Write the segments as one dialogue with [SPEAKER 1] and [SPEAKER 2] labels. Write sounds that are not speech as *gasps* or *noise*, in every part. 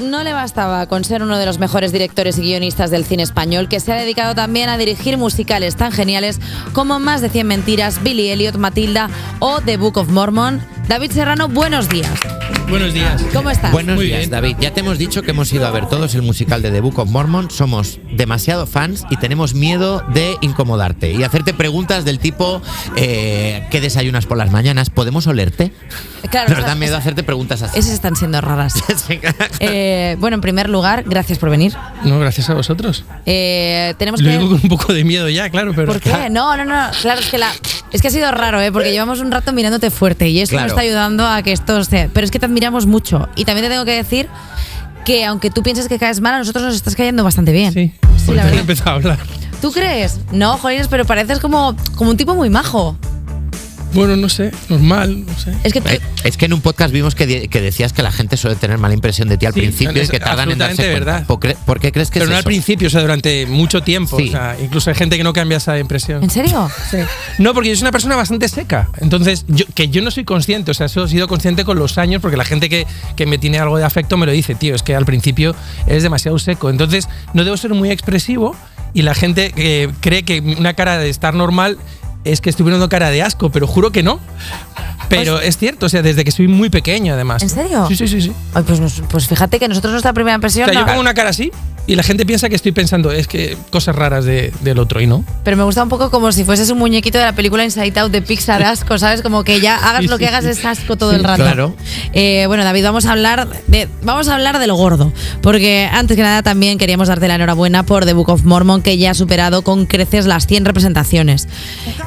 [SPEAKER 1] no le bastaba con ser uno de los mejores directores y guionistas del cine español, que se ha dedicado también a dirigir musicales tan geniales como Más de 100 Mentiras, Billy Elliot, Matilda o The Book of Mormon. David Serrano, buenos días.
[SPEAKER 2] Buenos días.
[SPEAKER 1] Ah, ¿Cómo estás?
[SPEAKER 3] Buenos
[SPEAKER 2] Muy
[SPEAKER 3] días,
[SPEAKER 2] bien.
[SPEAKER 3] David. Ya te hemos dicho que hemos ido a ver todos el musical de The Book of Mormon. Somos demasiado fans y tenemos miedo de incomodarte y hacerte preguntas del tipo eh, ¿qué desayunas por las mañanas? ¿Podemos olerte?
[SPEAKER 1] Claro,
[SPEAKER 3] Nos
[SPEAKER 1] esa-
[SPEAKER 3] da miedo hacerte preguntas así.
[SPEAKER 1] Esas están siendo
[SPEAKER 2] *laughs*
[SPEAKER 1] raras.
[SPEAKER 3] *laughs*
[SPEAKER 1] Eh, bueno, en primer lugar, gracias por venir.
[SPEAKER 2] No, gracias a vosotros.
[SPEAKER 1] Eh, tenemos
[SPEAKER 2] Lo
[SPEAKER 1] que...
[SPEAKER 2] digo con un poco de miedo ya, claro, pero.
[SPEAKER 1] ¿Por qué? No, no, no. Claro, es que la. Es que ha sido raro, ¿eh? Porque llevamos un rato mirándote fuerte y eso
[SPEAKER 3] Claro.
[SPEAKER 1] nos está ayudando a que esto esté. Pero es que te admiramos mucho. Y también te tengo que decir que aunque tú pienses que caes mal, a nosotros nos estás cayendo bastante bien.
[SPEAKER 2] Sí.
[SPEAKER 1] Sí,
[SPEAKER 2] Porque
[SPEAKER 1] la
[SPEAKER 2] han
[SPEAKER 1] verdad.
[SPEAKER 2] empezado a hablar.
[SPEAKER 1] ¿Tú crees? No, Jolines, pero pareces como, como un tipo muy majo.
[SPEAKER 2] Bueno, no sé, normal, no sé.
[SPEAKER 1] Es que tú-
[SPEAKER 3] Eh, Es que en un podcast vimos que, di- que decías que la gente suele tener mala impresión de ti al
[SPEAKER 2] Sí,
[SPEAKER 3] principio y
[SPEAKER 2] es
[SPEAKER 3] que tardan en darse
[SPEAKER 2] absolutamente
[SPEAKER 3] cuenta.
[SPEAKER 2] verdad.
[SPEAKER 3] ¿Por, cre- por qué crees que
[SPEAKER 2] Pero
[SPEAKER 3] es
[SPEAKER 2] no al
[SPEAKER 3] eso?
[SPEAKER 2] principio, o sea, durante mucho tiempo.
[SPEAKER 3] Sí.
[SPEAKER 2] O sea, incluso hay gente que no cambia esa impresión.
[SPEAKER 1] ¿En serio?
[SPEAKER 2] No, porque yo soy una persona bastante seca. Entonces, yo, que yo no soy consciente, o sea, eso he sido consciente con los años, porque la gente que, que me tiene algo de afecto me lo dice, tío, es que al principio eres demasiado seco. Entonces, no debo ser muy expresivo y la gente eh, cree que una cara de estar normal es que estoy poniendo cara de asco, pero juro que no. Pero es cierto, o sea, desde que soy muy pequeño, además.
[SPEAKER 1] Pues ¿En serio?
[SPEAKER 2] Sí, sí, sí. sí.
[SPEAKER 1] Ay, pues, nos- pues fíjate que nosotros nuestra primera
[SPEAKER 2] O
[SPEAKER 1] impresión.
[SPEAKER 2] sea, yo
[SPEAKER 1] no-
[SPEAKER 2] pongo una cara así y la gente piensa que estoy pensando, es que cosas raras de- del otro y no.
[SPEAKER 1] Pero me gusta un poco como si fueses un muñequito de la película Inside Out de Pixar asco, ¿sabes? Como que ya hagas lo que hagas es asco todo el rato.
[SPEAKER 3] claro.
[SPEAKER 1] Eh, bueno, David, vamos a hablar de vamos a hablar de lo gordo, porque antes que nada también queríamos darte la enhorabuena por The Book of Mormon que ya ha superado con creces las 100 representaciones.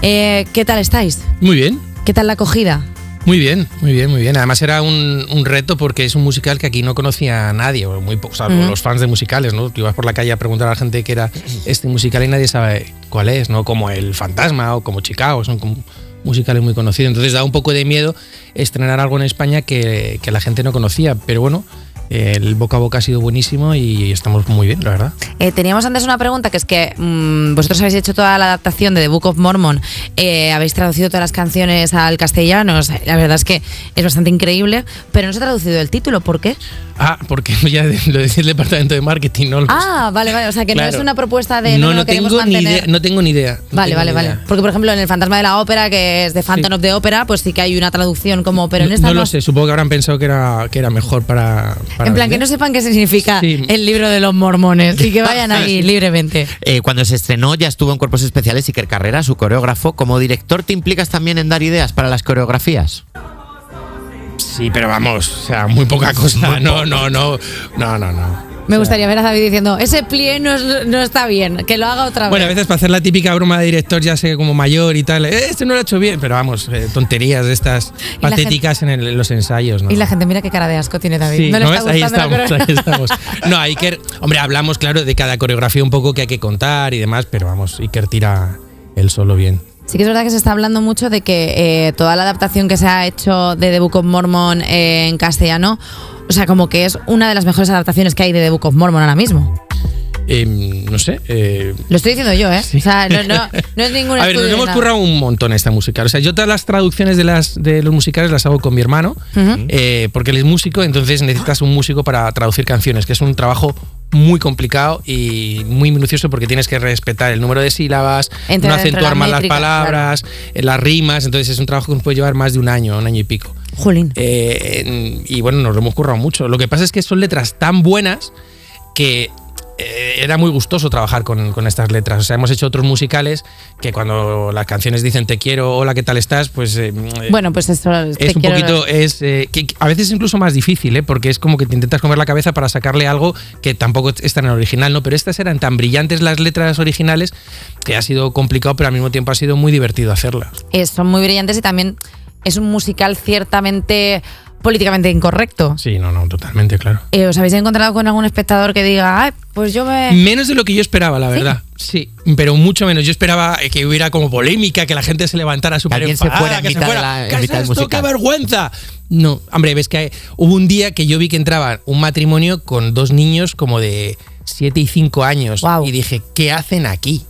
[SPEAKER 1] Eh, ¿qué tal estáis?
[SPEAKER 2] Muy bien.
[SPEAKER 1] ¿Qué tal la acogida?
[SPEAKER 2] Muy bien, muy bien, muy bien. Además era un, un reto porque es un musical que aquí no conocía a nadie, o muy po- salvo los fans de musicales, ¿no? Tú ibas por la calle a preguntar a la gente qué era este musical y nadie sabe cuál es, ¿no? Como El Fantasma o como Chicago, son como musicales muy conocidos. Entonces da un poco de miedo estrenar algo en España que, que la gente no conocía, pero bueno, el boca a boca ha sido buenísimo y estamos muy bien, la verdad.
[SPEAKER 1] Eh, teníamos antes una pregunta que es que mm, vosotros habéis hecho toda la adaptación de The Book of Mormon, eh, habéis traducido todas las canciones al castellano, o sea, la verdad es que es bastante increíble, pero no se ha traducido el título, ¿por
[SPEAKER 2] *laughs*
[SPEAKER 1] qué?
[SPEAKER 2] Ah, porque ya lo decía el departamento de marketing, ¿no?
[SPEAKER 1] Ah, vale, vale, o sea que no
[SPEAKER 2] Claro.
[SPEAKER 1] es una propuesta de no, no, lo queremos
[SPEAKER 2] tengo ni
[SPEAKER 1] mantener.
[SPEAKER 2] idea, no tengo ni idea. no
[SPEAKER 1] Vale,
[SPEAKER 2] tengo
[SPEAKER 1] vale,
[SPEAKER 2] ni
[SPEAKER 1] vale.
[SPEAKER 2] idea.
[SPEAKER 1] Porque, por ejemplo, en El Fantasma de la Ópera, que es de Phantom
[SPEAKER 2] Sí.
[SPEAKER 1] of the Opera, pues sí que hay una traducción como, pero en
[SPEAKER 2] No-
[SPEAKER 1] esta
[SPEAKER 2] no, lo sé, supongo que habrán pensado que era, que era mejor para, para
[SPEAKER 1] En plan, que
[SPEAKER 2] vender.
[SPEAKER 1] no sepan qué significa
[SPEAKER 2] Sí.
[SPEAKER 1] el libro de los mormones y que
[SPEAKER 2] *laughs*
[SPEAKER 1] vayan ahí libremente.
[SPEAKER 3] Eh, cuando se estrenó ya estuvo en Cuerpos Especiales Iker Carrera, su coreógrafo. Como director, ¿te implicas también en dar ideas para las coreografías?
[SPEAKER 2] Sí, pero vamos, o sea, muy poca cosa. no, no, no, no, no, no.
[SPEAKER 1] Me gustaría ver a David diciendo, ese plie no, es- no está bien, que lo haga otra
[SPEAKER 2] Bueno, a
[SPEAKER 1] vez.
[SPEAKER 2] veces para hacer la típica broma de director, ya sé, como mayor y tal, "Eh, este no lo ha hecho bien, pero vamos, eh, tonterías de estas
[SPEAKER 1] Y la
[SPEAKER 2] patéticas en, el- en los ensayos, ¿no?
[SPEAKER 1] Y la gente, mira qué cara de asco tiene David.
[SPEAKER 2] Sí,
[SPEAKER 1] no le
[SPEAKER 2] ¿no
[SPEAKER 1] está
[SPEAKER 2] ves? ahí
[SPEAKER 1] gustando la
[SPEAKER 2] estamos, ahí
[SPEAKER 1] coreo-
[SPEAKER 2] estamos. No, a Iker, hombre, hablamos, claro, de cada coreografía un poco que hay que contar y demás, pero vamos, Iker tira el solo bien.
[SPEAKER 1] *laughs* Sí que es verdad que se está hablando mucho de que eh, toda la adaptación que se ha hecho de The Book of Mormon eh, en castellano, o sea, como que es una de las mejores adaptaciones que hay de The Book of Mormon ahora mismo.
[SPEAKER 2] Eh, no sé, eh,
[SPEAKER 1] Lo estoy diciendo yo, ¿eh? O sea, no,
[SPEAKER 2] *laughs*
[SPEAKER 1] no, no es ningún
[SPEAKER 2] A ver,
[SPEAKER 1] estudio
[SPEAKER 2] nos
[SPEAKER 1] ni
[SPEAKER 2] hemos
[SPEAKER 1] nada.
[SPEAKER 2] currado un montón esta musical. O sea, yo todas las traducciones de, las, de los musicales las hago con mi hermano,
[SPEAKER 1] Ujú.
[SPEAKER 2] eh, porque él es músico, entonces necesitas un músico para traducir canciones, que es un trabajo muy complicado y muy minucioso porque tienes que respetar el número de sílabas,
[SPEAKER 1] Entrar
[SPEAKER 2] no
[SPEAKER 1] dentro de
[SPEAKER 2] acentuar
[SPEAKER 1] las
[SPEAKER 2] mal las
[SPEAKER 1] métricas,
[SPEAKER 2] palabras, eh, las rimas, entonces es un trabajo que nos puede llevar más de un año, un año y pico.
[SPEAKER 1] Jolín.
[SPEAKER 2] Eh, en- y bueno, nos lo hemos currado mucho. Lo que pasa es que son letras tan buenas que eh, era muy gustoso trabajar con, con estas letras. O sea, hemos hecho otros musicales que cuando las canciones dicen te quiero, hola, ¿qué tal estás? Pues eh,
[SPEAKER 1] Bueno, pues eso te
[SPEAKER 2] es un
[SPEAKER 1] quiero-
[SPEAKER 2] poquito, es eh, que que a veces es incluso más difícil, ¿eh? porque es como que te intentas comer la cabeza para sacarle algo que tampoco es tan original, ¿no? Pero estas eran tan brillantes las letras originales que ha sido complicado, pero al mismo tiempo ha sido muy divertido hacerlas.
[SPEAKER 1] eh, son muy brillantes y también es un musical ciertamente políticamente incorrecto.
[SPEAKER 2] Sí, no, no, totalmente, claro.
[SPEAKER 1] Eh, ¿Os habéis encontrado con algún espectador que diga, ay, pues yo me.
[SPEAKER 2] Menos de lo que yo esperaba, la verdad. Sí, pero mucho menos. Yo esperaba eh, que hubiera como polémica, que la gente se levantara súper
[SPEAKER 3] alguien se
[SPEAKER 2] enfadada,
[SPEAKER 3] fuera en
[SPEAKER 2] que se
[SPEAKER 3] mitad de
[SPEAKER 2] fuera,
[SPEAKER 3] la- en
[SPEAKER 2] "¿Qué es
[SPEAKER 3] mitad del
[SPEAKER 2] esto?
[SPEAKER 3] musical".
[SPEAKER 2] ¡Qué vergüenza! No, hombre, ves que hay- hubo un día que yo vi que entraba un matrimonio con dos niños como de 7 y 5 años.
[SPEAKER 1] Guau.
[SPEAKER 2] Y dije, ¿qué hacen aquí?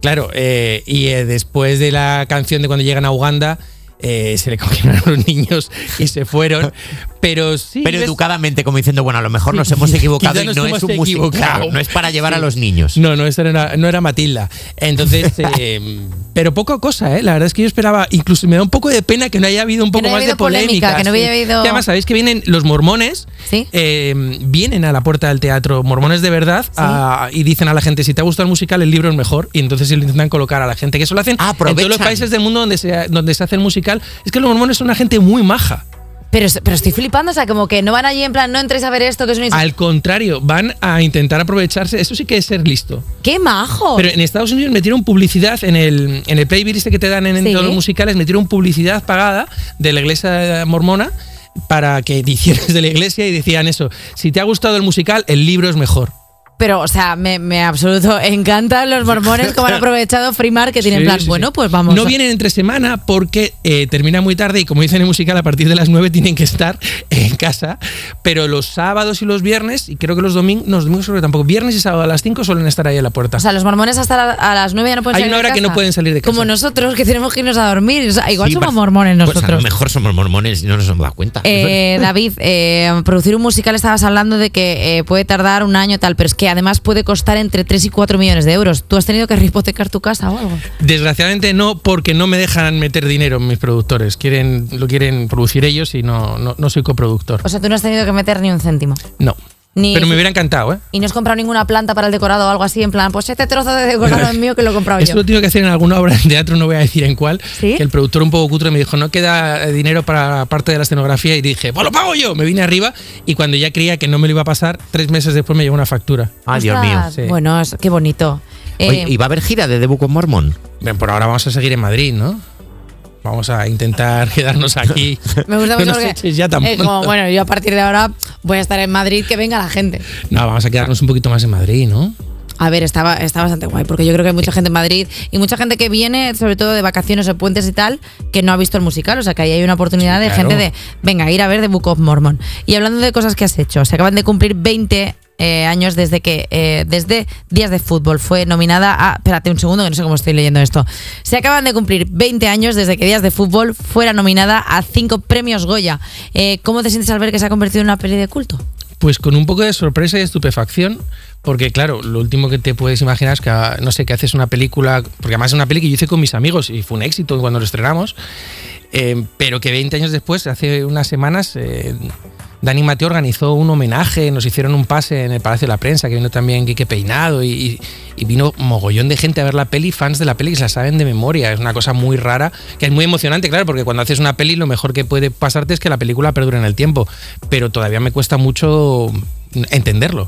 [SPEAKER 2] Claro, eh, y eh, después de *laughs* la canción de cuando llegan a Uganda, eh, se le cogieron a los niños y se fueron. Pero sí.
[SPEAKER 3] Pero
[SPEAKER 2] ves-
[SPEAKER 3] educadamente, como diciendo, bueno, a lo mejor nos hemos
[SPEAKER 2] *laughs*
[SPEAKER 3] equivocado
[SPEAKER 2] Quizá
[SPEAKER 3] y
[SPEAKER 2] nos
[SPEAKER 3] no
[SPEAKER 2] hemos
[SPEAKER 3] es un musical,
[SPEAKER 2] equivocado.
[SPEAKER 3] no es para llevar a
[SPEAKER 2] Sí.
[SPEAKER 3] los niños.
[SPEAKER 2] No, no, esta no era, no era Matilda.
[SPEAKER 1] *laughs*
[SPEAKER 2] Entonces, eh, pero poca cosa, ¿eh? La verdad es que yo esperaba, incluso me da un poco de pena que no haya habido un poco
[SPEAKER 1] no haya
[SPEAKER 2] más de
[SPEAKER 1] habido polémica,
[SPEAKER 2] polémica.
[SPEAKER 1] que no
[SPEAKER 2] sí.
[SPEAKER 1] hubiera habido-
[SPEAKER 2] Que además, sabéis que vienen los mormones,
[SPEAKER 1] Sí.
[SPEAKER 2] eh, vienen a la puerta del teatro, mormones de verdad, a- y dicen a la gente, si te ha gustado el musical, el libro es mejor, y entonces lo intentan colocar a la gente, que eso lo hacen en todos los
[SPEAKER 3] Aprovechan.
[SPEAKER 2] países del mundo donde se, donde se hace el musical. Es que los mormones son una gente muy maja.
[SPEAKER 1] Pero, pero estoy flipando, o sea, como que no van allí en plan, no entréis a ver esto, que es un insulto.
[SPEAKER 2] Al contrario, van a intentar aprovecharse, eso sí que es ser listo.
[SPEAKER 1] ¡Qué majo!
[SPEAKER 2] Pero en Estados Unidos metieron publicidad en el, en el playlist este que te dan en, en
[SPEAKER 1] Sí.
[SPEAKER 2] todos los musicales, metieron publicidad pagada de la iglesia mormona para que te *laughs* hicieras de la iglesia y decían eso, si te ha gustado el musical, el libro es mejor.
[SPEAKER 1] Pero, o sea, me, me absoluto *laughs* encantan los mormones como
[SPEAKER 2] *laughs*
[SPEAKER 1] han aprovechado Free Marketing. tienen
[SPEAKER 2] Sí,
[SPEAKER 1] en plan,
[SPEAKER 2] sí, sí.
[SPEAKER 1] bueno, pues vamos.
[SPEAKER 2] No vienen entre semana porque eh, termina muy tarde y como dicen en el musical, a partir de las 9 tienen que estar *laughs* en casa, pero los sábados y los viernes, y creo que los domingos, no, los domingos creo que tampoco, viernes y sábado a las 5 suelen estar ahí en la puerta.
[SPEAKER 1] O sea, los mormones hasta la- a las 9 ya no pueden
[SPEAKER 2] Hay
[SPEAKER 1] salir
[SPEAKER 2] una
[SPEAKER 1] de
[SPEAKER 2] hora que
[SPEAKER 1] casa.
[SPEAKER 2] no pueden salir de casa.
[SPEAKER 1] Como nosotros, que tenemos que irnos a dormir. O sea, igual
[SPEAKER 3] Sí,
[SPEAKER 1] somos
[SPEAKER 3] pas-
[SPEAKER 1] mormones
[SPEAKER 3] Pues
[SPEAKER 1] nosotros.
[SPEAKER 3] a lo mejor somos mormones y no nos hemos dado cuenta.
[SPEAKER 2] *laughs*
[SPEAKER 1] Eh, David, eh, producir un musical estabas hablando de que eh, puede tardar un año tal, pero es que además puede costar entre 3 y 4 millones de euros. ¿Tú has tenido que rehipotecar tu casa o algo?
[SPEAKER 2] Desgraciadamente no, porque no me dejan meter dinero mis productores. Quieren, lo quieren producir ellos y no, no, no soy coproductor.
[SPEAKER 1] O sea, tú no has tenido que meter ni un céntimo.
[SPEAKER 2] No.
[SPEAKER 1] Ni-
[SPEAKER 2] Pero me hubiera encantado, ¿eh?
[SPEAKER 1] Y no has comprado ninguna planta para el decorado o algo así, en plan, pues este trozo de decorado es mío que lo he
[SPEAKER 2] *laughs*
[SPEAKER 1] comprado
[SPEAKER 2] Esto
[SPEAKER 1] yo.
[SPEAKER 2] lo tengo que hacer en alguna obra de teatro, no voy a decir en cuál.
[SPEAKER 1] ¿Sí?
[SPEAKER 2] Que el productor un poco cutre me dijo, no queda eh, dinero para parte de la escenografía y dije, pues lo pago yo. Me vine arriba y cuando ya creía que no me lo iba a pasar, tres meses después me llegó una factura.
[SPEAKER 3] Ay, Ah, Dios mío.
[SPEAKER 1] Ostras,
[SPEAKER 2] Sí.
[SPEAKER 1] Bueno, es- qué bonito. Eh,
[SPEAKER 3] Oye, ¿Y va a haber gira de The Book of Mormon?
[SPEAKER 2] Bien, por ahora vamos a seguir en Madrid, ¿no? Vamos a intentar *laughs* quedarnos aquí.
[SPEAKER 1] me gusta mucho
[SPEAKER 2] *laughs* no nos
[SPEAKER 1] porque
[SPEAKER 2] eches ya tan
[SPEAKER 1] es como,
[SPEAKER 2] pronto.
[SPEAKER 1] bueno, yo a partir de ahora voy a estar en Madrid, que venga la gente.
[SPEAKER 2] No, vamos a quedarnos un poquito más en Madrid, ¿no?
[SPEAKER 1] A ver, estaba, está bastante guay, porque yo creo que hay mucha gente en Madrid y mucha gente que viene, sobre todo de vacaciones o puentes y tal, que no ha visto el musical. O sea, que ahí hay una oportunidad
[SPEAKER 2] Sí,
[SPEAKER 1] de
[SPEAKER 2] claro.
[SPEAKER 1] gente de, venga, ir a ver The Book of Mormon. Y hablando de cosas que has hecho, se acaban de cumplir 20 eh, años desde que, eh, desde Días de Fútbol, fue nominada a, espérate un segundo, que no sé cómo estoy leyendo esto. Se acaban de cumplir 20 años desde que Días de Fútbol fuera nominada a cinco premios Goya. Eh, ¿Cómo te sientes al ver que se ha convertido en una peli de culto?
[SPEAKER 2] Pues con un poco de sorpresa y estupefacción, porque claro, lo último que te puedes imaginar es que, ah, no sé, que haces una película, porque además es una peli que yo hice con mis amigos y fue un éxito cuando lo estrenamos, eh, pero que 20 años después, hace unas semanas, eh, Dani Mateo organizó un homenaje, nos hicieron un pase en el Palacio de la Prensa, que vino también Quique Peinado y- y, y vino mogollón de gente a ver la peli, fans de la peli que se la saben de memoria, es una cosa muy rara, que es muy emocionante, claro, porque cuando haces una peli lo mejor que puede pasarte es que la película perdure en el tiempo, pero todavía me cuesta mucho entenderlo.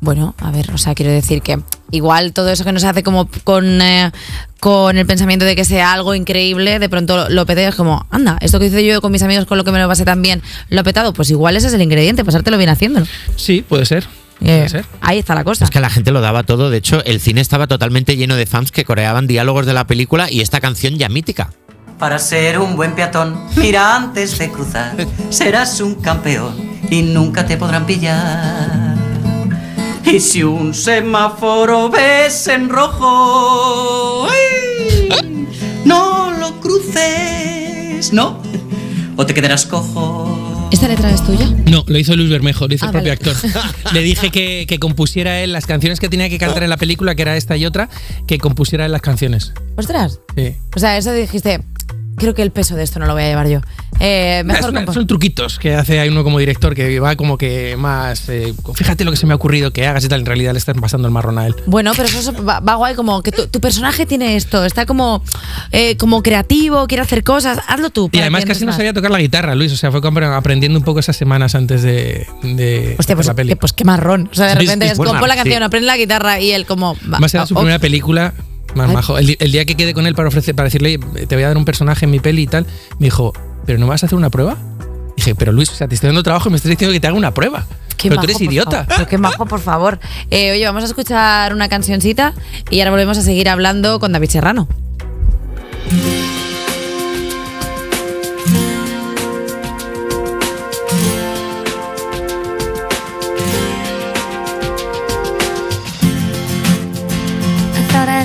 [SPEAKER 1] Bueno, a ver, o sea, quiero decir que igual todo eso que nos hace como con, eh, con el pensamiento de que sea algo increíble, de pronto lo peteas como, anda, esto que hice yo con mis amigos con lo que me lo pasé tan bien, lo he petado, pues igual ese es el ingrediente, pasártelo bien haciéndolo.
[SPEAKER 2] Sí, puede ser.
[SPEAKER 1] Eh,
[SPEAKER 2] Puede ser.
[SPEAKER 1] ahí está la cosa.
[SPEAKER 3] Es que la gente lo daba todo. De hecho, el cine estaba totalmente lleno de fans que coreaban diálogos de la película y esta canción ya mítica.
[SPEAKER 4] Para ser un buen peatón, mira antes de cruzar. Serás un campeón y nunca te podrán pillar. Y si un semáforo ves en rojo, ¡ay! no lo cruces, ¿no? O te quedarás cojo.
[SPEAKER 1] ¿Esta letra es tuya?
[SPEAKER 2] No, lo hizo Luis Bermejo, lo hizo
[SPEAKER 1] Ah,
[SPEAKER 2] el propio
[SPEAKER 1] vale. *laughs*
[SPEAKER 2] actor. Le dije que, que compusiera él las canciones que tenía que cantar en la película, que era esta y otra, que compusiera él las canciones.
[SPEAKER 1] Ostras.
[SPEAKER 2] Sí.
[SPEAKER 1] O sea, eso dijiste, creo que el peso de esto no lo voy a llevar yo. Eh,
[SPEAKER 2] Es
[SPEAKER 1] mejor
[SPEAKER 2] una-
[SPEAKER 1] compo-
[SPEAKER 2] son truquitos que hace hay uno como director que va como que más eh, fíjate lo que se me ha ocurrido que hagas y tal en realidad le están pasando el marrón a él
[SPEAKER 1] Bueno, pero eso es- va, va guay, como que tu, tu personaje tiene esto, está como, eh, como creativo, quiere hacer cosas, hazlo tú.
[SPEAKER 2] y
[SPEAKER 1] para
[SPEAKER 2] además
[SPEAKER 1] que
[SPEAKER 2] casi no
[SPEAKER 1] entres más.
[SPEAKER 2] sabía tocar la guitarra Luis o sea fue como aprendiendo un poco esas semanas antes de, de
[SPEAKER 1] Hostia,
[SPEAKER 2] hacer
[SPEAKER 1] pues,
[SPEAKER 2] la peli
[SPEAKER 1] que- pues qué marrón. O sea, de
[SPEAKER 2] Sí, sí,
[SPEAKER 1] repente
[SPEAKER 2] sí,
[SPEAKER 1] es
[SPEAKER 3] bueno,
[SPEAKER 1] compone la
[SPEAKER 3] sí.
[SPEAKER 1] canción, aprende la guitarra y él como... va,
[SPEAKER 2] más era su
[SPEAKER 1] oh,
[SPEAKER 2] primera película más
[SPEAKER 1] Ay.
[SPEAKER 2] majo el, el día que quedé con él para ofrecer para decirle "Oye, te voy a dar un personaje en mi peli y tal me dijo pero no vas a hacer una prueba dije pero Luis o sea te estoy dando trabajo y me estás diciendo que te haga una prueba
[SPEAKER 1] qué
[SPEAKER 2] pero
[SPEAKER 1] majo,
[SPEAKER 2] tú eres
[SPEAKER 1] por
[SPEAKER 2] idiota
[SPEAKER 1] favor. Pero qué majo, por favor. Eh, oye, vamos a escuchar una cancioncita y ahora volvemos a seguir hablando con David Serrano.
[SPEAKER 5] I thought I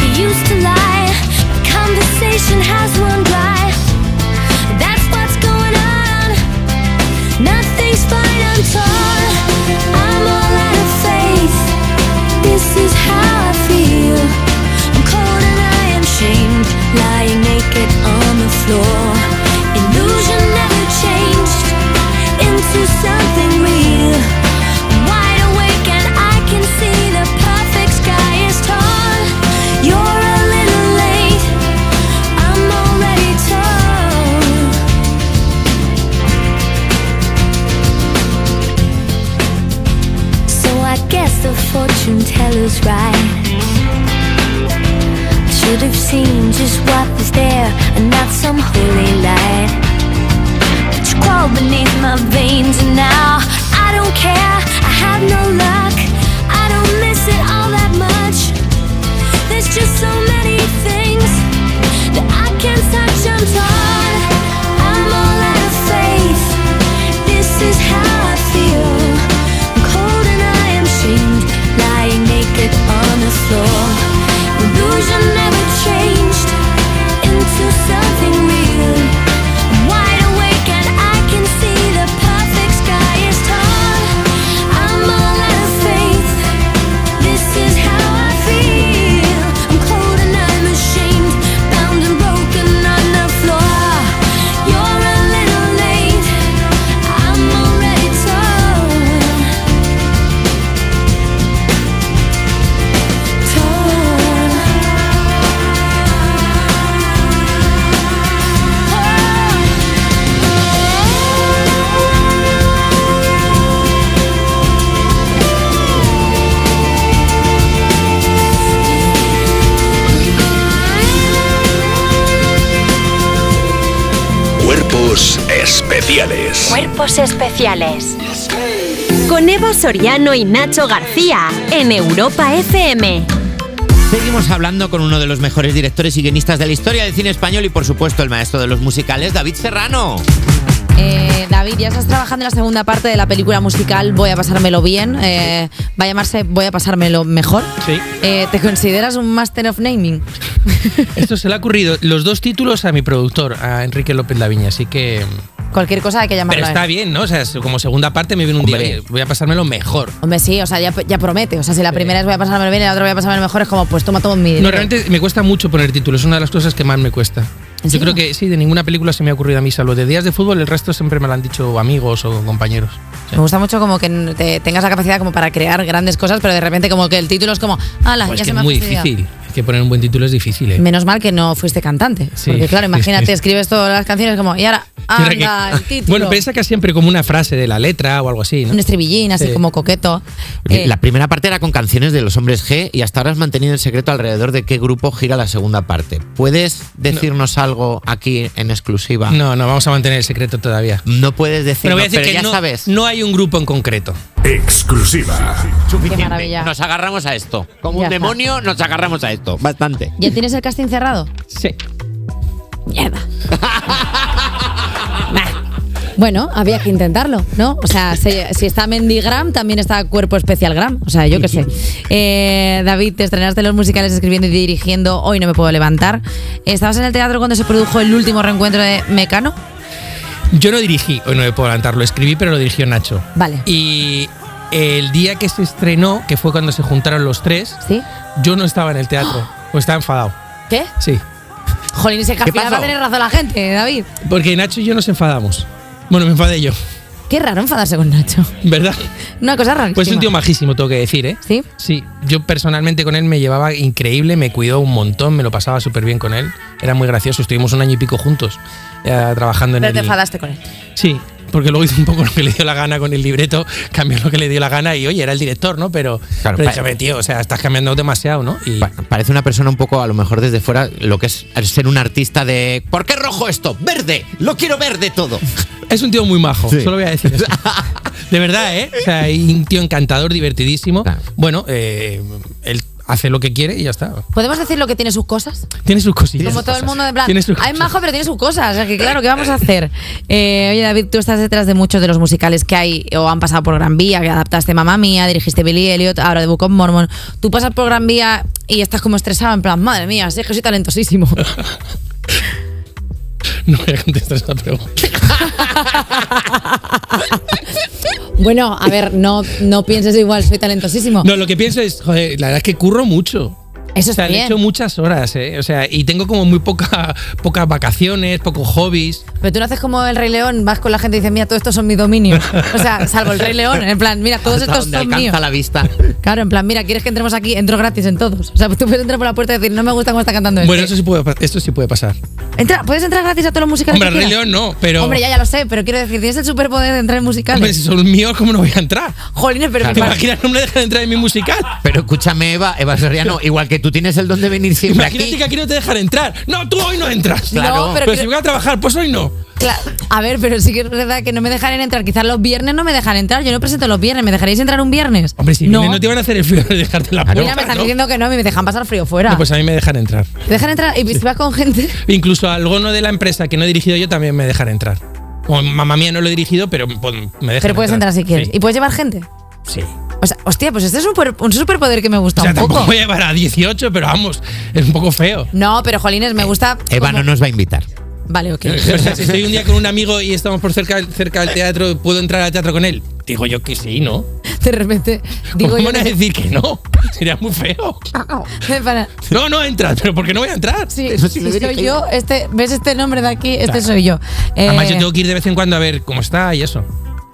[SPEAKER 5] he used to lie. The conversation has run dry. That's what's going on. Nothing's fine, I'm torn. I'm all out of faith. This is how I feel. I'm cold and I am shamed, lying naked on the floor. Illusion never changed into something real. I'm wide awake and I can see the perfect sky is torn. You're a little late. I'm already told. So I guess the fortune teller's right. Should have seen just what was there and not some holy light. But you crawled beneath my veins and now I don't care. I have no luck. I don't miss it all that much. There's just so many things that I can't touch. I'm torn. I'm all out of faith. This is how I feel. I'm cold and I am shamed, lying naked on the floor. Illusion never changed into something real. I'm wide awake and I can see the perfect sky is torn. I'm all out of faith. This is how I feel. I'm cold and I'm ashamed, bound and broken on the floor. You're a little late. I'm already torn. Torn. Oh.
[SPEAKER 6] Cuerpos especiales.
[SPEAKER 7] Cuerpos especiales. Con Eva Soriano y Nacho García en Europa FM.
[SPEAKER 3] Seguimos hablando con uno de los mejores directores y guionistas de la historia del cine español y, por supuesto, el maestro de los musicales, David Serrano.
[SPEAKER 1] Eh, David, ya estás trabajando en la segunda parte de la película musical Voy a pasármelo bien. eh, va a llamarse Voy a pasármelo mejor.
[SPEAKER 2] Sí.
[SPEAKER 1] Eh, ¿Te consideras un master of naming?
[SPEAKER 2] Esto se le ha ocurrido los dos títulos a mi productor, a Enrique López Laviña, así que.
[SPEAKER 1] Cualquier cosa hay que llamarlo. ¿eh?
[SPEAKER 2] Pero
[SPEAKER 1] a él.
[SPEAKER 2] está bien, ¿no? O sea, es como segunda parte me viene un día.
[SPEAKER 3] Hombre.
[SPEAKER 2] Voy a pasármelo mejor.
[SPEAKER 1] Hombre, sí, o sea, ya, ya promete. O sea, si la primera es voy a pasármelo bien y la otra voy a pasármelo mejor, es como, pues toma todo mi dinero.
[SPEAKER 2] No, realmente me cuesta mucho poner títulos, es una de las cosas que más me cuesta.
[SPEAKER 1] ¿En
[SPEAKER 2] Yo
[SPEAKER 1] serio?
[SPEAKER 2] creo que sí, de ninguna película se me ha ocurrido a mí, salvo de días de fútbol, el resto siempre me lo han dicho amigos o compañeros. Sí.
[SPEAKER 1] Me gusta mucho como que te- tengas la capacidad como para crear grandes cosas, pero de repente como que el título es como, ala,
[SPEAKER 2] Pues
[SPEAKER 1] ya
[SPEAKER 2] es
[SPEAKER 1] se
[SPEAKER 2] que
[SPEAKER 1] me
[SPEAKER 2] es
[SPEAKER 1] ha
[SPEAKER 2] muy
[SPEAKER 1] fastidiado".
[SPEAKER 2] difícil. Es que poner un buen título es difícil, ¿eh?
[SPEAKER 1] Menos mal que no fuiste cantante.
[SPEAKER 2] Sí.
[SPEAKER 1] Porque
[SPEAKER 2] *laughs*
[SPEAKER 1] claro, imagínate, escribes todas las canciones como, y ahora,
[SPEAKER 2] Yo creo que-
[SPEAKER 1] anda, el título.
[SPEAKER 2] *laughs* Bueno, pero que siempre como una frase de la letra o algo así, ¿no?
[SPEAKER 1] un estribillín así
[SPEAKER 2] Sí.
[SPEAKER 1] como coqueto. Eh,
[SPEAKER 3] La primera parte era con canciones de los hombres G y hasta ahora has mantenido el secreto alrededor de qué grupo gira la segunda parte. ¿Puedes decirnos algo aquí en exclusiva?
[SPEAKER 2] No, no, vamos a mantener el secreto todavía.
[SPEAKER 3] No puedes decirlo,
[SPEAKER 2] Pero voy a
[SPEAKER 3] pero,
[SPEAKER 2] decir que
[SPEAKER 3] ya
[SPEAKER 2] no,
[SPEAKER 3] sabes.
[SPEAKER 2] no hay un grupo en concreto.
[SPEAKER 6] Exclusiva.
[SPEAKER 1] Qué
[SPEAKER 3] Suficiente.
[SPEAKER 1] maravilla.
[SPEAKER 3] Nos agarramos a esto. Como
[SPEAKER 1] Ya
[SPEAKER 3] un
[SPEAKER 1] está.
[SPEAKER 3] demonio, nos agarramos a esto. Bastante.
[SPEAKER 1] ¿Ya tienes el casting cerrado?
[SPEAKER 2] Sí.
[SPEAKER 1] Mierda. *laughs* Bah. Bueno, había que intentarlo, ¿no? O sea, se- si está Mendigram, también está Cuerpo Especial Gram. O sea, yo qué sé. Eh, David, te estrenaste en los musicales escribiendo y dirigiendo Hoy no me puedo levantar. ¿Estabas en el teatro cuando se produjo el último reencuentro de Mecano?
[SPEAKER 2] Yo no dirigí, hoy no me puedo adelantar, lo escribí, pero lo dirigió Nacho.
[SPEAKER 1] Vale.
[SPEAKER 2] Y el día que se estrenó, que fue cuando se juntaron los tres,
[SPEAKER 1] ¿Sí?
[SPEAKER 2] yo no estaba en el teatro. *gasps* O estaba enfadado.
[SPEAKER 1] ¿Qué?
[SPEAKER 2] Sí.
[SPEAKER 1] Jolín, se
[SPEAKER 3] ¿Qué
[SPEAKER 1] va a
[SPEAKER 3] pasó?
[SPEAKER 1] tener razón la gente, David.
[SPEAKER 2] Porque Nacho y yo nos enfadamos. Bueno, me enfadé yo, *laughs*
[SPEAKER 1] Qué raro enfadarse con Nacho.
[SPEAKER 2] ¿verdad?
[SPEAKER 1] Una cosa rarísima.
[SPEAKER 2] Pues es un tío majísimo, tengo que decir, ¿eh?
[SPEAKER 1] ¿Sí?
[SPEAKER 2] Sí, yo personalmente con él me llevaba increíble, me cuidó un montón, me lo pasaba súper bien con él. Era muy gracioso, estuvimos un año y pico juntos eh, trabajando en
[SPEAKER 1] Pero
[SPEAKER 2] el...
[SPEAKER 1] te enfadaste con él.
[SPEAKER 2] Sí, porque luego hizo un poco lo que le dio la gana con el libreto, cambió lo que le dio la gana y oye, era el director, ¿no? Pero,
[SPEAKER 3] Claro,
[SPEAKER 2] pero
[SPEAKER 3] pa-
[SPEAKER 2] dígame, tío, o sea, estás cambiando demasiado, ¿no? Y,
[SPEAKER 3] Pa- Parece una persona un poco, a lo mejor desde fuera, lo que es ser un artista de ¿por qué rojo esto? ¡Verde! ¡Lo quiero verde todo!
[SPEAKER 2] Es un tío muy majo,
[SPEAKER 3] Sí.
[SPEAKER 2] solo voy a decir
[SPEAKER 3] *laughs*
[SPEAKER 2] eso. De verdad, ¿eh? O sea, y un tío encantador, divertidísimo.
[SPEAKER 3] Claro.
[SPEAKER 2] Bueno, eh, él hace lo que quiere y ya está.
[SPEAKER 1] ¿Podemos decir lo que tiene sus cosas?
[SPEAKER 2] Tiene sus cositas.
[SPEAKER 1] Como todo el mundo, de plan,
[SPEAKER 2] Tiene sus
[SPEAKER 1] hay
[SPEAKER 2] cosas.
[SPEAKER 1] majo, pero tiene sus cosas. O sea, que claro, ¿qué vamos a hacer? Eh, oye, David, tú estás detrás de muchos de los musicales que hay o han pasado por Gran Vía, que adaptaste Mamá Mía, dirigiste Billy Elliot, ahora de Book of Mormon. Tú pasas por Gran Vía y estás como estresado, en plan, madre mía, si es que soy talentosísimo.
[SPEAKER 2] *laughs* No voy a contestar esa pregunta.
[SPEAKER 1] *laughs* bueno, a ver, no, no pienses igual, soy talentosísimo.
[SPEAKER 2] No, lo que pienso es, joder, la verdad es que curro mucho.
[SPEAKER 1] Eso
[SPEAKER 2] O
[SPEAKER 1] está
[SPEAKER 2] sea, le
[SPEAKER 1] bien.
[SPEAKER 2] hecho muchas horas, ¿eh? O sea, y tengo como muy poca, pocas vacaciones, pocos hobbies.
[SPEAKER 1] Pero tú no haces como el Rey León, vas con la gente y dices, mira, todo esto son mis dominios. O sea, salvo el Rey León, en plan, mira, todos
[SPEAKER 3] Hasta
[SPEAKER 1] estos
[SPEAKER 3] donde
[SPEAKER 1] son
[SPEAKER 3] alcanza
[SPEAKER 1] míos.
[SPEAKER 3] la vista.
[SPEAKER 1] Claro, en plan, mira, ¿quieres que entremos aquí? Entro gratis en todos. O sea, tú puedes entrar por la puerta y decir, no me gusta cómo está cantando este.
[SPEAKER 2] Bueno, eso sí puede, pa- esto sí puede pasar.
[SPEAKER 1] Entra, puedes entrar gratis a todos los musicales.
[SPEAKER 2] Hombre,
[SPEAKER 1] que
[SPEAKER 2] al Rey
[SPEAKER 1] quieras?
[SPEAKER 2] León no, pero.
[SPEAKER 1] Hombre, ya, ya lo sé, pero quiero decir, tienes el superpoder de entrar en musicales.
[SPEAKER 2] Hombre, si son míos, ¿cómo no voy a entrar?
[SPEAKER 1] Jolines, pero
[SPEAKER 2] ¿Te
[SPEAKER 1] mi padre-
[SPEAKER 2] imaginas? No me dejan entrar en mi musical.
[SPEAKER 3] Pero escúchame, Eva, Eva Soriano, igual que tú tienes el don de venir siempre
[SPEAKER 2] Imagínate
[SPEAKER 3] aquí.
[SPEAKER 2] que aquí no te dejan entrar. No, tú hoy no entras.
[SPEAKER 3] No, Claro.
[SPEAKER 1] pero
[SPEAKER 2] pero,
[SPEAKER 1] que-
[SPEAKER 2] si voy a trabajar, pues hoy no.
[SPEAKER 1] Cla- A ver, pero sí que es verdad que no me dejarán entrar. Quizás los viernes no me dejan entrar. Yo no presento los viernes. ¿Me dejaréis entrar un viernes?
[SPEAKER 2] Hombre, si
[SPEAKER 1] no.
[SPEAKER 2] no, no te van a hacer el frío de dejarte en la puerta.
[SPEAKER 1] Mira, me están
[SPEAKER 2] ¿no?
[SPEAKER 1] diciendo que no, a mí me dejan pasar frío fuera.
[SPEAKER 2] No, pues a mí me dejan entrar.
[SPEAKER 1] Te dejan entrar y si vas con gente.
[SPEAKER 2] Incluso al gono de la empresa que no he dirigido yo también me dejan entrar. O mamá mía no lo he dirigido, pero pues, me dejan
[SPEAKER 1] *laughs* Pero puedes entrar si quieres. ¿Y puedes llevar gente?
[SPEAKER 2] Sí. sí.
[SPEAKER 1] O sea, hostia, pues este es un, super- un superpoder que me gusta
[SPEAKER 2] O sea,
[SPEAKER 1] un poco.
[SPEAKER 2] tampoco voy a llevar a 18, pero vamos, es un poco feo.
[SPEAKER 1] No, pero Jolines,
[SPEAKER 2] Eh,
[SPEAKER 1] me gusta.
[SPEAKER 3] Eva
[SPEAKER 1] como-
[SPEAKER 3] no nos va a invitar.
[SPEAKER 1] Vale,
[SPEAKER 2] *laughs*
[SPEAKER 1] ok.
[SPEAKER 2] O sea, si estoy un día con un amigo y estamos por cerca, cerca del teatro, ¿puedo entrar al teatro con él? Digo yo que sí, ¿no?
[SPEAKER 1] De repente digo
[SPEAKER 2] ¿Cómo
[SPEAKER 1] yo.
[SPEAKER 2] van a decir que no? Sería muy feo.
[SPEAKER 1] *laughs* Para-
[SPEAKER 2] No, no entras, pero ¿por qué no voy a entrar?
[SPEAKER 1] Sí,
[SPEAKER 3] Eso sí
[SPEAKER 1] sí,
[SPEAKER 3] lo hubiera
[SPEAKER 1] soy
[SPEAKER 3] caído.
[SPEAKER 1] yo. Este, ¿Ves este nombre de aquí? Este soy yo. Eh,
[SPEAKER 2] Además, yo tengo que ir de vez en cuando a ver cómo está y eso.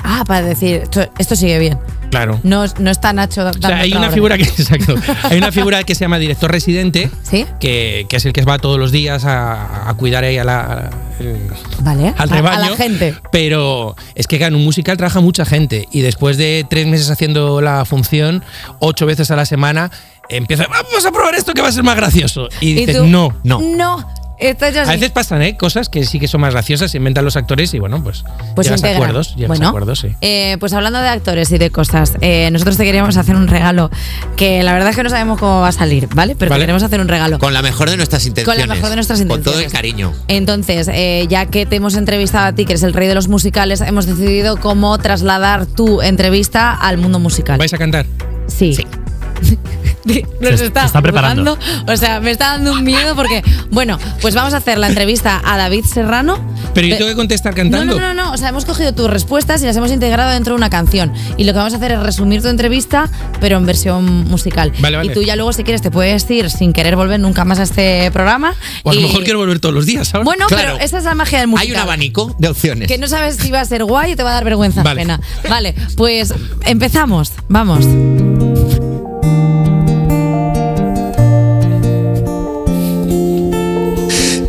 [SPEAKER 1] Ah, para decir, esto, esto sigue bien.
[SPEAKER 2] Claro.
[SPEAKER 1] No, no está Nacho.
[SPEAKER 2] O sea, hay una figura que *laughs* exacto, hay una figura que se llama director residente,
[SPEAKER 1] ¿Sí?
[SPEAKER 2] que, que es el que va todos los días a, a cuidar ahí a la, a la- el-
[SPEAKER 1] Vale.
[SPEAKER 2] al
[SPEAKER 1] a-
[SPEAKER 2] rebaño.
[SPEAKER 1] A la gente.
[SPEAKER 2] Pero es que claro, en un musical trabaja mucha gente y después de tres meses haciendo la función, ocho veces a la semana, empieza, vamos a probar esto que va a ser más gracioso. Y dices,
[SPEAKER 1] tú?
[SPEAKER 2] no.
[SPEAKER 3] no.
[SPEAKER 1] No. Esto ya
[SPEAKER 2] A
[SPEAKER 1] sí.
[SPEAKER 2] veces pasan ¿eh? cosas que sí que son más graciosas, se inventan los actores y bueno, pues,
[SPEAKER 1] Pues
[SPEAKER 2] llegas a
[SPEAKER 1] integran.
[SPEAKER 2] acuerdos, llegas
[SPEAKER 1] Bueno,
[SPEAKER 2] a acuerdos, sí.
[SPEAKER 1] eh, pues hablando de actores y de cosas, eh, nosotros te queríamos hacer un regalo que la verdad es que no sabemos cómo va a salir, ¿vale? Pero
[SPEAKER 2] Vale.
[SPEAKER 1] te queremos hacer un regalo.
[SPEAKER 3] Con la mejor de nuestras
[SPEAKER 1] Con
[SPEAKER 3] intenciones.
[SPEAKER 1] la mejor de nuestras intenciones.
[SPEAKER 3] Con todo el cariño.
[SPEAKER 1] Entonces, eh, ya que te hemos entrevistado a ti, que eres el rey de los musicales, hemos decidido cómo trasladar tu entrevista al mundo musical.
[SPEAKER 2] ¿Vais a cantar?
[SPEAKER 1] Sí.
[SPEAKER 3] Sí.
[SPEAKER 1] *laughs* Nos
[SPEAKER 8] Se-
[SPEAKER 1] está,
[SPEAKER 8] se está preparando.
[SPEAKER 1] jugando. O sea, me está dando un miedo porque. Bueno, pues vamos a hacer la entrevista a David Serrano.
[SPEAKER 2] Pero yo
[SPEAKER 1] Pe-
[SPEAKER 2] tengo que contestar
[SPEAKER 1] no,
[SPEAKER 2] cantando.
[SPEAKER 1] no, no, no. O sea, hemos cogido tus respuestas y las hemos integrado dentro de una canción. Y lo que vamos a hacer es resumir tu entrevista, pero en versión musical.
[SPEAKER 2] Vale, vale.
[SPEAKER 1] Y tú ya luego, si quieres, te puedes ir sin querer volver nunca más a este programa.
[SPEAKER 2] O a lo
[SPEAKER 1] Y-
[SPEAKER 2] mejor quiero volver todos los días ahora.
[SPEAKER 1] Bueno,
[SPEAKER 3] Claro.
[SPEAKER 1] pero esa es la magia del musical.
[SPEAKER 3] Hay un abanico de opciones.
[SPEAKER 1] Que no sabes si va a ser guay o te va a dar vergüenza
[SPEAKER 2] Vale.
[SPEAKER 1] ajena. Vale, pues empezamos. Vamos.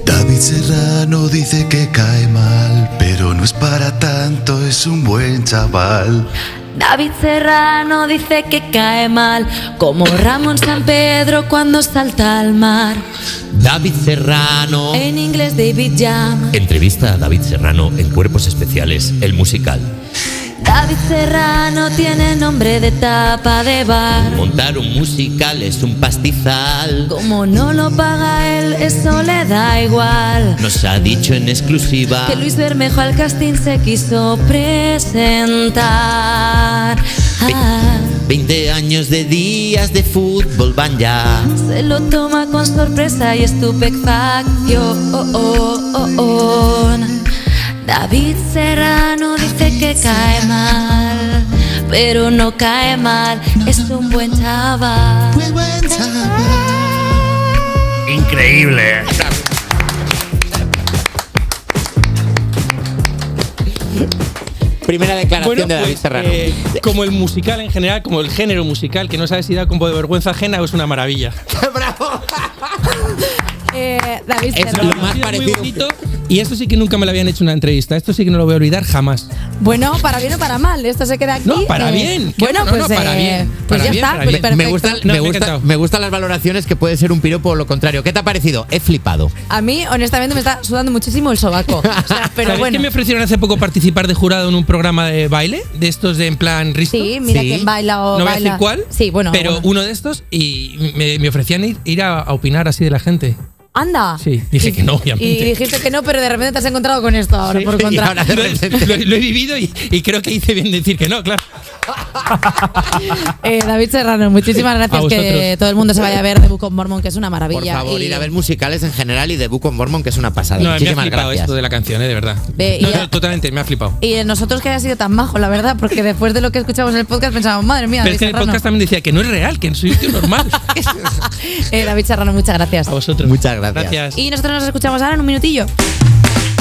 [SPEAKER 9] David Serrano dice que cae mal, pero no es para tanto, es un buen chaval.
[SPEAKER 5] David Serrano dice que cae mal, como Ramón San Pedro cuando salta al mar.
[SPEAKER 3] David Serrano.
[SPEAKER 1] Eh.
[SPEAKER 5] En inglés David llama.
[SPEAKER 3] Entrevista a David Serrano en Cuerpos Especiales, el musical.
[SPEAKER 5] David Serrano tiene nombre de tapa de bar.
[SPEAKER 3] Montar un musical es un pastizal.
[SPEAKER 5] Como no lo paga él, eso le da igual.
[SPEAKER 3] Nos ha dicho en exclusiva
[SPEAKER 5] Que Luis Bermejo al casting se quiso presentar. Ah,
[SPEAKER 3] 20 años de días de fútbol van ya.
[SPEAKER 5] se lo toma con sorpresa y Oh, estupefacción. oh. David Serrano dice que cae mal, pero no cae mal, es un buen chaval.
[SPEAKER 9] Muy buen chaval.
[SPEAKER 6] Increíble.
[SPEAKER 3] Primera declaración
[SPEAKER 2] Bueno,
[SPEAKER 3] de David
[SPEAKER 2] pues,
[SPEAKER 3] Serrano.
[SPEAKER 2] eh, como el musical en general, como el género musical, que no sabes si da como de vergüenza ajena o es una maravilla.
[SPEAKER 3] *laughs* ¡Bravo!
[SPEAKER 1] Eh, David
[SPEAKER 3] Es
[SPEAKER 1] Serrano.
[SPEAKER 3] lo más
[SPEAKER 2] Muy
[SPEAKER 3] parecido.
[SPEAKER 2] bonito, Y esto sí que nunca me lo habían hecho una entrevista. Esto sí que no lo voy a olvidar jamás.
[SPEAKER 1] Bueno, para bien o para mal, esto se queda aquí.
[SPEAKER 2] No, para
[SPEAKER 1] eh,
[SPEAKER 2] bien. Qué
[SPEAKER 1] Bueno,
[SPEAKER 2] bueno,
[SPEAKER 1] pues,
[SPEAKER 2] no, para
[SPEAKER 1] eh,
[SPEAKER 2] bien,
[SPEAKER 1] pues
[SPEAKER 2] para
[SPEAKER 1] ya
[SPEAKER 2] bien,
[SPEAKER 1] está,
[SPEAKER 2] para
[SPEAKER 1] pues
[SPEAKER 2] bien.
[SPEAKER 1] perfecto.
[SPEAKER 3] Me, gustan,
[SPEAKER 2] No, me
[SPEAKER 3] me,
[SPEAKER 2] ha
[SPEAKER 3] gusta,
[SPEAKER 2] encantado.
[SPEAKER 3] me gustan las valoraciones que puede ser un piropo o lo contrario. ¿Qué te ha parecido? He flipado.
[SPEAKER 1] A mí, honestamente, me está sudando muchísimo el sobaco. O
[SPEAKER 2] *laughs*
[SPEAKER 1] sea, pero
[SPEAKER 2] ¿Sabéis
[SPEAKER 1] bueno.
[SPEAKER 2] que me ofrecieron hace poco participar de jurado en un programa de baile? De estos de en plan risto.
[SPEAKER 1] Sí, mira
[SPEAKER 3] Sí.
[SPEAKER 1] quién baila o
[SPEAKER 2] No voy a
[SPEAKER 1] baila.
[SPEAKER 2] decir cuál,
[SPEAKER 1] Sí, bueno.
[SPEAKER 2] pero
[SPEAKER 1] bueno.
[SPEAKER 2] uno de estos y me, me ofrecían ir, ir a, a opinar así de la gente.
[SPEAKER 1] Anda.
[SPEAKER 2] Sí, dije que no, obviamente.
[SPEAKER 1] Y dijiste que no, pero de repente te has encontrado con esto ahora,
[SPEAKER 2] *laughs*
[SPEAKER 1] por
[SPEAKER 3] Y
[SPEAKER 1] contra.
[SPEAKER 3] ahora de
[SPEAKER 2] Lo,
[SPEAKER 3] repente-
[SPEAKER 2] he- lo he- lo he vivido y, y creo que hice bien decir que no, claro.
[SPEAKER 1] Eh, David Serrano, muchísimas gracias.
[SPEAKER 2] *laughs* A
[SPEAKER 1] Que
[SPEAKER 2] vosotros.
[SPEAKER 1] todo el mundo se vaya a ver de Book of Mormon, que es una
[SPEAKER 3] Por
[SPEAKER 1] maravilla.
[SPEAKER 3] favor,
[SPEAKER 1] Y-
[SPEAKER 3] ir a ver musicales en general y The Book of Mormon, que es una pasada.
[SPEAKER 2] No, me ha
[SPEAKER 3] Muchísimas
[SPEAKER 2] flipado
[SPEAKER 3] gracias.
[SPEAKER 2] esto de la canción, eh, de verdad.
[SPEAKER 1] Ve, y
[SPEAKER 2] No,
[SPEAKER 1] ya-
[SPEAKER 2] no, totalmente, me ha flipado.
[SPEAKER 1] Y en nosotros que haya sido tan bajo, la verdad, porque después de lo que escuchamos en el podcast pensábamos, madre mía,
[SPEAKER 2] Pero
[SPEAKER 1] David
[SPEAKER 2] es que en el
[SPEAKER 1] Serrano.
[SPEAKER 2] podcast también decía que no es real, que soy un tío
[SPEAKER 3] *laughs*
[SPEAKER 2] normal.
[SPEAKER 1] *laughs* Eh, David Serrano, muchas gracias.
[SPEAKER 2] a vosotros.
[SPEAKER 3] Muchas gracias.
[SPEAKER 2] Gracias.
[SPEAKER 1] Y nosotros nos escuchamos ahora en un minutillo.